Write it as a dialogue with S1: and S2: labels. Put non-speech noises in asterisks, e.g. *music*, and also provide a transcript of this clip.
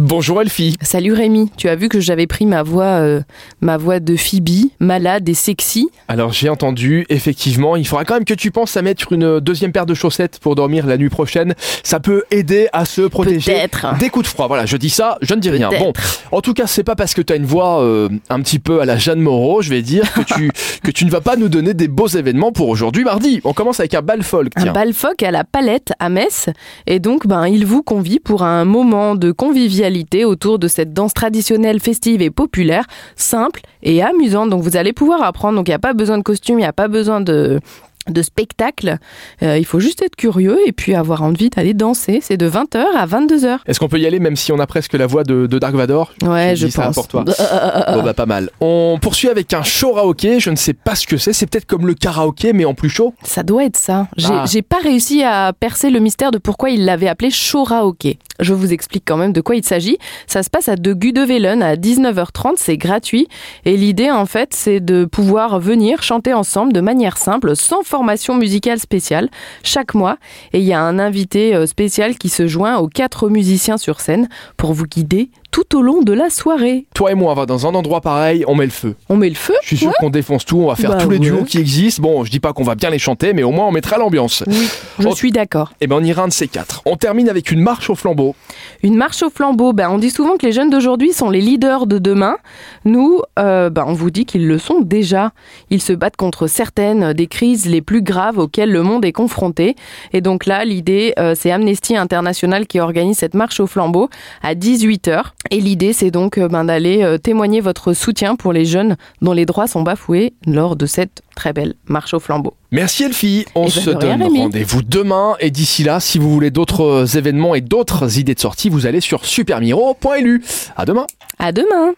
S1: Bonjour Elfie.
S2: Salut Rémi, tu as vu que j'avais pris ma voix, euh, ma voix de Phoebe, malade et sexy.
S1: Alors j'ai entendu, effectivement, il faudra quand même que tu penses à mettre une deuxième paire de chaussettes pour dormir la nuit prochaine. Ça peut aider à se protéger
S2: Peut-être.
S1: des coups de froid. Voilà, je dis ça, je ne dis rien.
S2: Peut-être.
S1: Bon, en tout cas, c'est pas parce que tu as une voix euh, un petit peu à la Jeanne Moreau, je vais dire, que
S2: *laughs*
S1: tu, que tu ne vas pas nous donner des beaux événements pour aujourd'hui mardi. On commence avec un bal folk,
S2: Un
S1: tiens.
S2: bal phoque à la Palette à Metz. Et donc, ben, il vous convie pour un moment de convivialité autour de cette danse traditionnelle, festive et populaire, simple et amusante. Donc, vous allez pouvoir apprendre. Donc, il n'y a pas besoin de costume, il n'y a pas besoin de de spectacle. Euh, il faut juste être curieux et puis avoir envie d'aller danser. C'est de 20h à 22h.
S1: Est-ce qu'on peut y aller même si on a presque la voix de, de Dark Vador
S2: Ouais,
S1: Tu
S2: je
S1: dis ça
S2: pense.
S1: pour
S2: *laughs*
S1: toi.
S2: Euh.
S1: Bon bah pas mal. On poursuit avec un show karaoké, je ne sais pas ce que c'est, c'est peut-être comme le karaoké mais en plus chaud.
S2: Ça doit être ça. J'ai
S1: Ah.
S2: j'ai pas réussi à percer le mystère de pourquoi il l'avait appelé Shoraoke. Je vous explique quand même de quoi il s'agit. Ça se passe à De Gudevelen à 19h30, c'est gratuit. Et l'idée, en fait, c'est de pouvoir venir chanter ensemble de manière simple, sans formation musicale spéciale, chaque mois. Et il y a un invité euh, spécial qui se joint aux quatre musiciens sur scène pour vous guider tout au long de la soirée.
S1: Toi et moi, on va dans un endroit pareil, on met le feu.
S2: On met le feu
S1: Je suis sûr qu'on défonce tout, on va faire
S2: Bah
S1: tous les duos
S2: ouais.
S1: qui existent. Bon, je dis pas qu'on va bien les chanter, mais au moins on mettra l'ambiance.
S2: Oui, je
S1: Oh.
S2: suis d'accord.
S1: Et ben on ira un de ces quatre. On termine avec une marche au flambeau.
S2: Une marche au flambeau, ben, on dit souvent que les jeunes d'aujourd'hui sont les leaders de demain. Nous, euh, ben, on vous dit qu'ils le sont déjà. Ils se battent contre certaines des crises les plus graves auxquelles le monde est confronté. Et donc là, l'idée, euh, c'est Amnesty International qui organise cette marche au flambeau à 18h. Et l'idée, c'est donc euh, ben, d'aller euh, témoigner votre soutien pour les jeunes dont les droits sont bafoués lors de cette très belle marche au flambeau.
S1: Merci Elfie, on
S2: Eh ben,
S1: se
S2: de rien,
S1: donne
S2: Rémi.
S1: rendez-vous demain et d'ici là, si vous voulez d'autres événements et d'autres idées de sortie, vous allez sur supermiro.lu. À demain.
S2: À demain